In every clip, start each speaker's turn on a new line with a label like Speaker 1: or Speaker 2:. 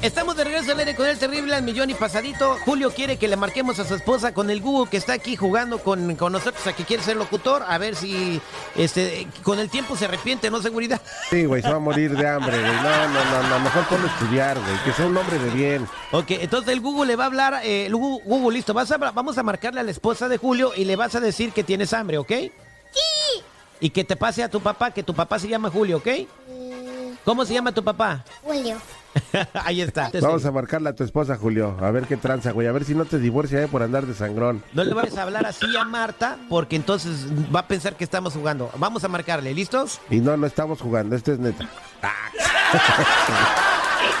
Speaker 1: Estamos de regreso al aire con el terrible al millón y pasadito. Julio quiere que le marquemos a su esposa con el Gugu que está aquí jugando con, con nosotros, a que quiere ser locutor, a ver si este con el tiempo se arrepiente, ¿no, seguridad?
Speaker 2: Sí, güey, se va a morir de hambre, güey. No, no, no, no, mejor ponlo a estudiar, güey, que sea un hombre de bien.
Speaker 1: Ok, entonces el Gugu le va a hablar, eh, el Gugu, Gugu, listo, vas a, vamos a marcarle a la esposa de Julio y le vas a decir que tienes hambre, ¿ok?
Speaker 3: ¡Sí!
Speaker 1: Y que te pase a tu papá, que tu papá se llama Julio, ¿ok? ¿Cómo se llama tu papá?
Speaker 3: Julio.
Speaker 1: Ahí está. Entonces,
Speaker 2: Vamos a marcarle a tu esposa, Julio. A ver qué tranza, güey. A ver si no te divorcia eh, por andar de sangrón.
Speaker 1: No le vayas a hablar así a Marta porque entonces va a pensar que estamos jugando. Vamos a marcarle, ¿listos?
Speaker 2: Y no, no estamos jugando. Esto es neta. Ah.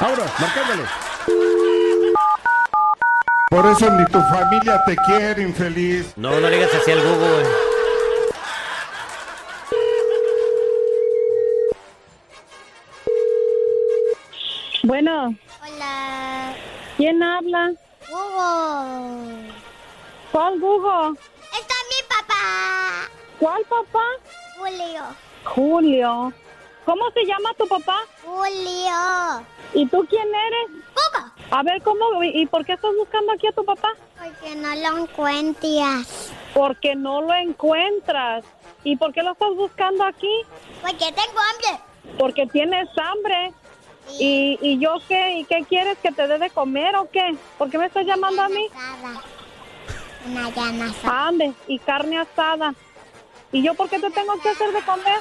Speaker 2: Vámonos, marcándole.
Speaker 4: Por eso ni tu familia te quiere, infeliz.
Speaker 5: No, no le digas así al Google.
Speaker 6: Bueno,
Speaker 3: Hola,
Speaker 6: ¿quién habla?
Speaker 3: Hugo.
Speaker 6: ¿Cuál Hugo?
Speaker 3: Está mi papá,
Speaker 6: ¿Cuál papá?
Speaker 3: Julio.
Speaker 6: Julio. ¿Cómo se llama tu papá?
Speaker 3: Julio.
Speaker 6: ¿Y tú quién eres?
Speaker 3: Hugo.
Speaker 6: A ver, ¿cómo y y por qué estás buscando aquí a tu papá?
Speaker 3: Porque no lo encuentras.
Speaker 6: Porque no lo encuentras. ¿Y por qué lo estás buscando aquí?
Speaker 3: Porque tengo hambre.
Speaker 6: Porque tienes hambre. ¿Y, y yo qué? ¿Y qué quieres que te dé de comer o qué? ¿Por qué me estás llamando a mí?
Speaker 3: Asada. Una llana asada.
Speaker 6: Ande, y carne asada. ¿Y yo por qué te tengo que hacer de comer?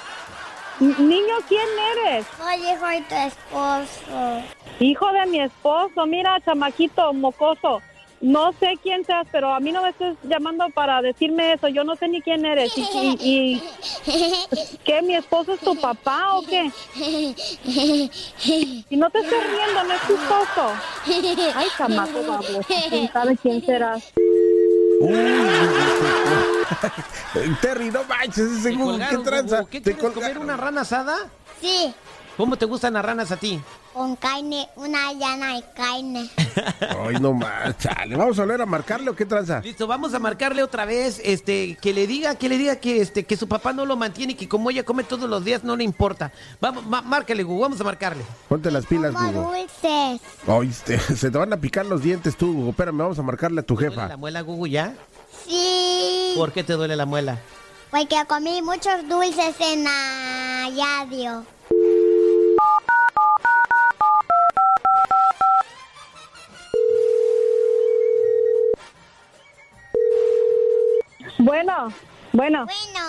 Speaker 6: N- Niño, ¿quién eres?
Speaker 3: Soy hijo de tu esposo.
Speaker 6: Hijo de mi esposo, mira, chamaquito, mocoso. No sé quién seas, pero a mí no me estés llamando para decirme eso. Yo no sé ni quién eres. ¿Y, y, y qué? ¿Mi esposo es tu papá o qué? Y no te estés riendo, no es chistoso. Ay, chamaco, baboso, ¿Quién sabe quién serás?
Speaker 2: Uy, güey, te- Terry, no manches, ese
Speaker 1: Te
Speaker 2: Google, ¿qué
Speaker 1: colgaron,
Speaker 2: tranza?
Speaker 1: Gugu. ¿Qué
Speaker 2: Te
Speaker 1: quieres comer
Speaker 2: colgaron.
Speaker 1: una rana asada?
Speaker 3: Sí,
Speaker 1: ¿Cómo te gustan las ranas a ti?
Speaker 3: con carne, una llana y carne.
Speaker 2: Ay, no más, chale. ¿Vamos a volver a marcarle o qué tranza?
Speaker 1: Listo, vamos a marcarle otra vez, este, que le diga, que le diga que este, que su papá no lo mantiene y que como ella come todos los días no le importa. Vamos, ma- márcale, Gugu, vamos a marcarle.
Speaker 2: Ponte las pilas,
Speaker 3: Como
Speaker 2: Google.
Speaker 3: dulces.
Speaker 2: Ay, te- se te van a picar los dientes tú, Gugu. Espérame, vamos a marcarle a tu
Speaker 1: ¿Duele la
Speaker 2: jefa.
Speaker 1: muela, Gugu, ya?
Speaker 3: Sí.
Speaker 1: ¿Por qué te duele la muela?
Speaker 3: Porque comí muchos dulces en Ayadio.
Speaker 6: Bueno, bueno.
Speaker 3: Bueno.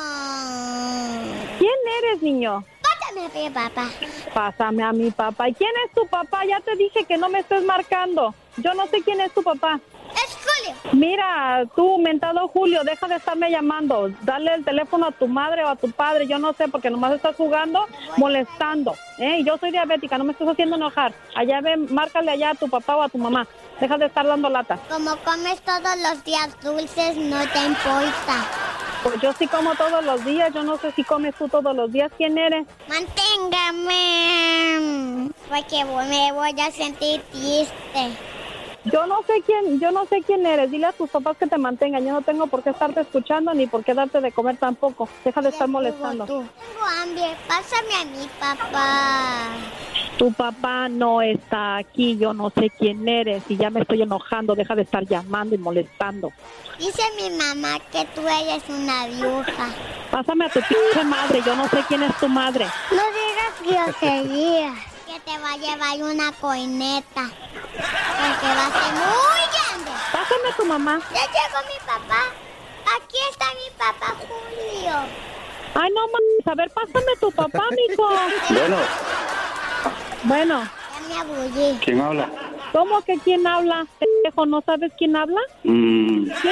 Speaker 6: ¿Quién eres, niño?
Speaker 3: Pásame a mi papá.
Speaker 6: Pásame a mi papá. ¿Y quién es tu papá? Ya te dije que no me estés marcando. Yo no sé quién es tu papá.
Speaker 3: Es Julio.
Speaker 6: Mira, tú, mentado Julio, deja de estarme llamando. Dale el teléfono a tu madre o a tu padre, yo no sé, porque nomás estás jugando, molestando. ¿eh? Y Yo soy diabética, no me estás haciendo enojar. Allá ve, márcale allá a tu papá o a tu mamá. Deja de estar dando lata.
Speaker 3: Como comes todos los días dulces, no te importa.
Speaker 6: Pues yo sí como todos los días, yo no sé si comes tú todos los días. ¿Quién eres?
Speaker 3: Manténgame. Porque me voy a sentir triste.
Speaker 6: Yo no sé quién, yo no sé quién eres. Dile a tus papás que te mantengan. Yo no tengo por qué estarte escuchando ni por qué darte de comer tampoco. Deja de estar molestando.
Speaker 3: Tú. Tengo hambre. Pásame a mi papá.
Speaker 6: Tu papá no está aquí, yo no sé quién eres y ya me estoy enojando, deja de estar llamando y molestando.
Speaker 3: Dice mi mamá que tú eres una viuja.
Speaker 6: Pásame a tu pinche madre, yo no sé quién es tu madre.
Speaker 3: No digas groserías. Que te va a llevar una coineta. Porque va a ser muy grande.
Speaker 6: Pásame a tu mamá.
Speaker 3: Ya llegó mi papá. Aquí está mi papá Julio.
Speaker 6: Ay, no mames, a ver, pásame a tu papá, mijo.
Speaker 7: Bueno,
Speaker 6: Bueno,
Speaker 3: Ya me abullí.
Speaker 7: ¿quién habla?
Speaker 6: ¿cómo que quién habla? Pendejo, ¿no sabes quién habla?
Speaker 7: Mm,
Speaker 6: ¿Quién es ese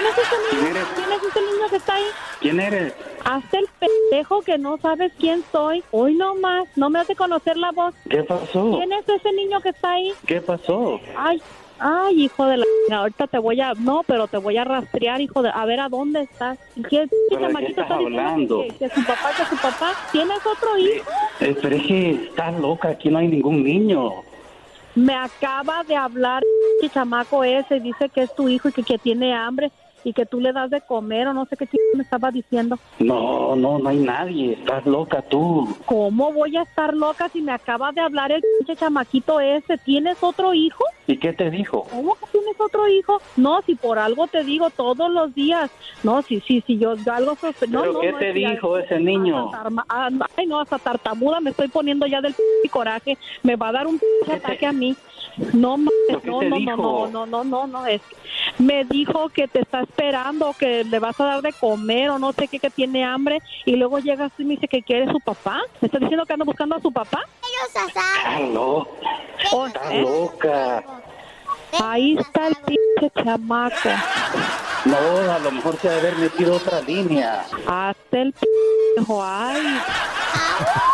Speaker 7: ¿Quién
Speaker 6: niño?
Speaker 7: eres?
Speaker 6: ¿Quién es ese niño que está ahí?
Speaker 7: ¿Quién eres?
Speaker 6: Hazte el pendejo que no sabes quién soy. Hoy no más, no me hace conocer la voz.
Speaker 5: ¿Qué pasó?
Speaker 6: ¿Quién es ese niño que está ahí?
Speaker 5: ¿Qué pasó?
Speaker 6: Ay, ay, hijo de la... Ahorita te voy a... No, pero te voy a rastrear, hijo de... A ver, ¿a dónde estás? ¿Y qué
Speaker 5: ¿Pero de
Speaker 6: chamaquito
Speaker 5: qué estás
Speaker 6: diciendo
Speaker 5: hablando?
Speaker 6: Que, que su papá, que su papá... ¿Tienes otro hijo?
Speaker 5: Eh, pero es que estás loca, aquí no hay ningún niño.
Speaker 6: Me acaba de hablar el chamaco ese, dice que es tu hijo y que, que tiene hambre y que tú le das de comer o no sé qué chico me estaba diciendo.
Speaker 5: No, no, no hay nadie. Estás loca tú.
Speaker 6: ¿Cómo voy a estar loca si me acaba de hablar el pinche chamaquito ese? ¿Tienes otro hijo?
Speaker 5: ¿Y qué te dijo?
Speaker 6: ¿Cómo que Oh, tienes otro hijo? No, si por algo te digo todos los días. No, sí, sí, sí, yo yo algo sospe- no,
Speaker 5: ¿Pero
Speaker 6: no,
Speaker 5: qué
Speaker 6: no,
Speaker 5: te
Speaker 6: mira,
Speaker 5: dijo ese niño?
Speaker 6: hasta tarma- ah, Ay, no, hasta tartamuda me estoy poniendo ya del pinche coraje. Me va a dar un pinche
Speaker 5: ¿Qué te-
Speaker 6: ataque a mí. No, mames,
Speaker 5: ¿Pero qué
Speaker 6: no,
Speaker 5: te
Speaker 6: no,
Speaker 5: dijo?
Speaker 6: no, no, no, no, no, no, es me dijo que te está esperando, que le vas a dar de comer o no sé qué, que tiene hambre y luego llegas y me dice que quiere su papá. ¿Me está diciendo que anda buscando a su papá?
Speaker 3: Ellos ya saben.
Speaker 5: Estás loca.
Speaker 3: ellos
Speaker 5: Estás
Speaker 3: saben.
Speaker 5: loca.
Speaker 6: Ahí está el pinche chamaco.
Speaker 5: No, a lo mejor se ha de haber metido otra línea.
Speaker 6: Hasta el pendejo, ay.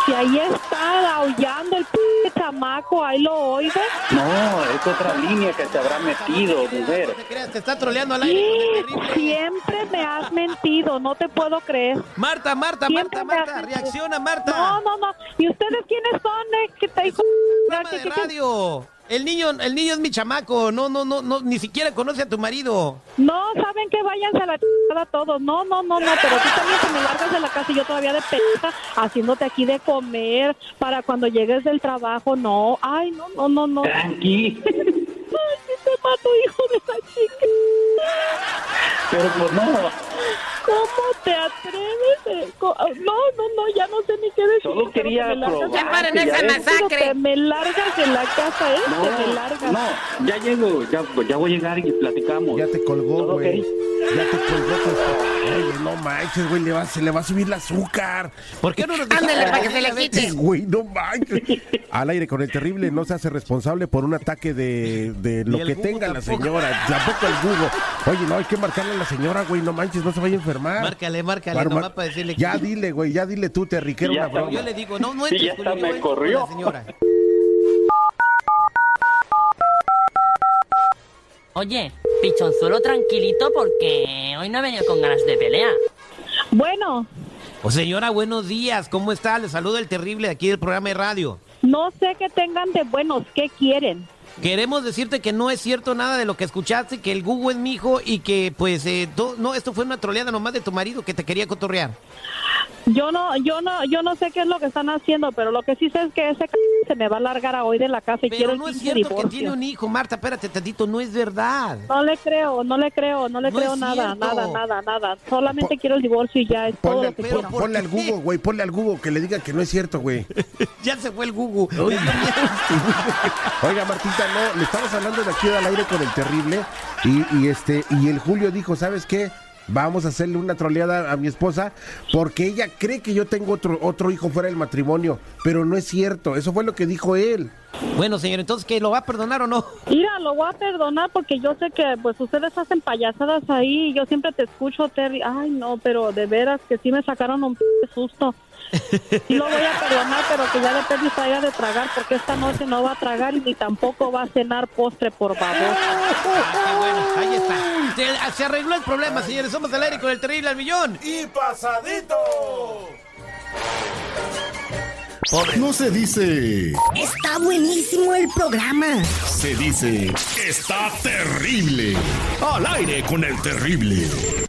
Speaker 6: Si ahí está aullando el pinche chamaco, ahí lo oigo.
Speaker 5: No, es otra línea que se habrá metido, mujer.
Speaker 1: No te creas, te está troleando al aire con el terrible.
Speaker 6: Siempre me has mentido, no te puedo creer.
Speaker 1: Marta, Marta, Marta,
Speaker 6: Siempre me
Speaker 1: Marta,
Speaker 6: hacen-
Speaker 1: reacciona, Marta.
Speaker 6: No, no, no. ¿Y ustedes quiénes son? eh? ¿Qué te hijo?
Speaker 1: programa
Speaker 6: ¿Qué-
Speaker 1: de
Speaker 6: qué- qué-
Speaker 1: radio. El niño, el niño es mi chamaco. No, no, no, no, ni siquiera conoce a tu marido.
Speaker 6: No, saben que váyanse a la chingada todos. No, no, no, no, pero tú también te me largas de la casa y yo todavía de pendeja haciéndote aquí de comer para cuando llegues del trabajo. No, ay, no, no, no, no.
Speaker 5: Tranqui.
Speaker 6: Ay, sí te mato, hijo de esa chica.
Speaker 5: Pero pues no,
Speaker 6: ¿Cómo te atreves? eh? Co- No, no, no, ya no sé ni qué decir.
Speaker 5: Solo
Speaker 6: pero
Speaker 5: quería
Speaker 6: te me largas
Speaker 5: probar
Speaker 6: de-
Speaker 5: Ya paren que ya esa ves.
Speaker 7: masacre.
Speaker 6: Pero Te me largas de la casa, ¿eh? te me
Speaker 5: no,
Speaker 6: largas.
Speaker 5: no, ya llego, ya, ya voy a llegar y platicamos.
Speaker 2: Ya te colgó,
Speaker 5: Todo
Speaker 2: güey.
Speaker 5: ok.
Speaker 2: Ya te colgó. Pues. Oye, no manches, güey, le va, se le va a subir el azúcar.
Speaker 1: ¿Por qué no nos
Speaker 7: Ándale, para que se le
Speaker 2: Sí,
Speaker 7: quite.
Speaker 2: güey, no manches. Al aire con el terrible no se hace responsable por un ataque de, de lo
Speaker 1: el
Speaker 2: que
Speaker 1: Gugu
Speaker 2: tenga la
Speaker 1: tampoco.
Speaker 2: señora. Tampoco el Google. Oye, no, hay que marcarle a la señora, güey, no manches, no se vaya a enfermar.
Speaker 1: Márcale, márcale,
Speaker 2: Mar-
Speaker 1: nomás
Speaker 2: mar-
Speaker 1: para decirle que-
Speaker 2: Ya dile, güey, ya dile tú, Terry, que era
Speaker 5: Ya
Speaker 2: una
Speaker 5: está,
Speaker 2: broma.
Speaker 1: Yo le digo, no, no
Speaker 5: Sí,
Speaker 1: entres,
Speaker 5: ya hasta
Speaker 1: Julio, yo
Speaker 5: me
Speaker 1: entro con
Speaker 5: corrió.
Speaker 1: la señora.
Speaker 7: Oye, pichonzuelo tranquilito porque hoy no he venido con ganas de pelea.
Speaker 6: Bueno,
Speaker 1: Oh, señora, buenos días. ¿Cómo está? Le saluda el terrible de aquí del programa de radio.
Speaker 6: no sé qué tengan de buenos, ¿qué quieren?
Speaker 1: Queremos decirte que no es cierto nada de lo que escuchaste, que el Google es mi hijo y que, pues, eh, tú- no, esto fue una troleada nomás de tu marido que te quería cotorrear.
Speaker 6: Yo no, yo no, yo no sé qué es lo que están haciendo, pero lo que sí sé es que ese c se me va a largar a hoy de la casa y quiero
Speaker 1: Pero
Speaker 6: el
Speaker 1: no es
Speaker 6: pinche
Speaker 1: cierto que
Speaker 6: divorcio.
Speaker 1: tiene un hijo, Marta, espérate tantito, no es verdad.
Speaker 6: No le creo, no le creo, no le
Speaker 1: No
Speaker 6: creo
Speaker 1: es
Speaker 6: nada,
Speaker 1: cierto.
Speaker 6: nada, nada, nada. Solamente
Speaker 2: Po-
Speaker 6: quiero el divorcio y ya es todo
Speaker 2: Ponle,
Speaker 6: lo que
Speaker 2: pon-
Speaker 1: pero
Speaker 6: quiero.
Speaker 1: ¿por
Speaker 2: ponle al
Speaker 1: qué?
Speaker 2: Google, güey, ponle al Google que le diga que no es cierto, güey.
Speaker 1: Ya se fue el Google.
Speaker 2: Uy. Oiga, Martita, no, le estamos hablando de aquí al aire con el terrible. Y, y este, y el Julio dijo, ¿sabes qué? Vamos a hacerle una troleada a mi esposa porque ella cree que yo tengo otro, otro hijo fuera del matrimonio, pero no es cierto. Eso fue lo que dijo él.
Speaker 1: Bueno, señor, entonces, ¿que lo va a perdonar o no?
Speaker 6: Mira, lo voy a perdonar porque yo sé que pues ustedes hacen payasadas ahí y yo siempre te escucho, Terry. Ay, no, pero de veras que sí me sacaron un p susto. Sí lo voy a perdonar, pero que ya de Terry se haya de tragar porque esta noche no va a tragar y ni tampoco va a cenar postre, por favor.
Speaker 1: Ah, qué bueno, ahí está. Se, se arregló el problema, señores. Somos al aire con el terrible al millón.
Speaker 8: No se dice,
Speaker 9: Está buenísimo el programa.
Speaker 8: se dice, está terrible. Al aire con el terrible.